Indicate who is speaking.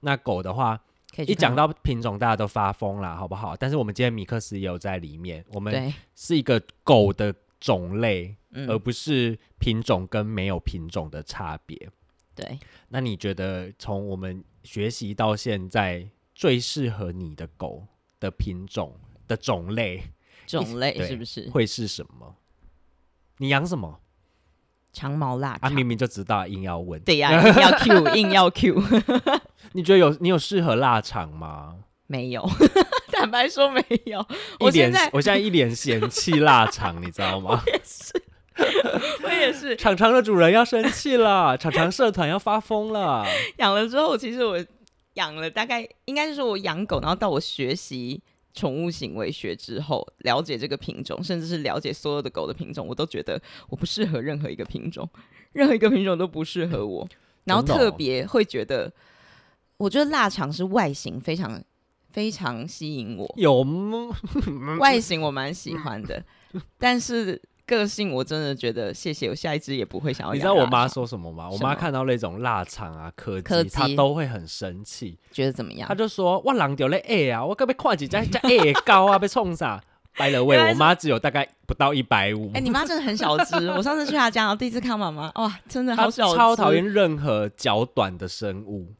Speaker 1: 那狗的话，
Speaker 2: 可以去
Speaker 1: 一讲
Speaker 2: 看
Speaker 1: 到品种，大家都发疯啦，好不好？但是我们今天米克斯也有在里面，我们
Speaker 2: 对，
Speaker 1: 是一个狗的种类，而
Speaker 2: 嗯，
Speaker 1: 不是品种跟没有品种的差别。
Speaker 2: 对，
Speaker 1: 那你觉得从我们学习到现在，最适合你的狗的品种的种类
Speaker 2: 种类
Speaker 1: 对
Speaker 2: 是不是？
Speaker 1: 会是什么？你养什么？
Speaker 2: 长毛腊
Speaker 1: 啊，
Speaker 2: 肠
Speaker 1: 明明就知道，硬要问。
Speaker 2: 对呀、硬要 Q，硬 要 Q，
Speaker 1: 你觉得有你有适合腊肠吗？
Speaker 2: 没有，坦白说没有。
Speaker 1: 一
Speaker 2: 我
Speaker 1: 脸
Speaker 2: 现在，
Speaker 1: 我现在一脸嫌弃腊肠，你知道吗？
Speaker 2: 我也是
Speaker 1: 厂长的主人要生气了，厂长社团要发疯了。
Speaker 2: 养了之后，其实我养了大概应该是说我养狗，然后到我学习宠物行为学之后，了解这个品种，甚至是了解所有的狗的品种，我都觉得我不适合任何一个品种，任何一个品种都不适合我。然后
Speaker 1: 真的哦
Speaker 2: 特别会觉得，我觉得腊肠是外形非常非常吸引我，
Speaker 1: 有吗？
Speaker 2: 外形我蛮喜欢的，但是个性我真的觉得谢谢，我下一只也不会想要养。
Speaker 1: 你知道我妈，说什么吗？我
Speaker 2: 什
Speaker 1: 妈
Speaker 2: 么
Speaker 1: 看到那种腊肠啊、柯
Speaker 2: 柯
Speaker 1: 基，她
Speaker 2: 基
Speaker 1: 都会很生气，
Speaker 2: 觉得怎么样
Speaker 1: 她？就说：“我狼丢了 A 啊，我该被跨几家加 A 高啊，被冲啥？” By the way，
Speaker 2: 原来
Speaker 1: 我
Speaker 2: 是
Speaker 1: 妈只有大概不到一百五
Speaker 2: 哎、，你妈真的很小只。我上次去她家，然后第一次看到妈妈，哇，真的
Speaker 1: 她
Speaker 2: 好小只，
Speaker 1: 超讨厌任何脚短的生物。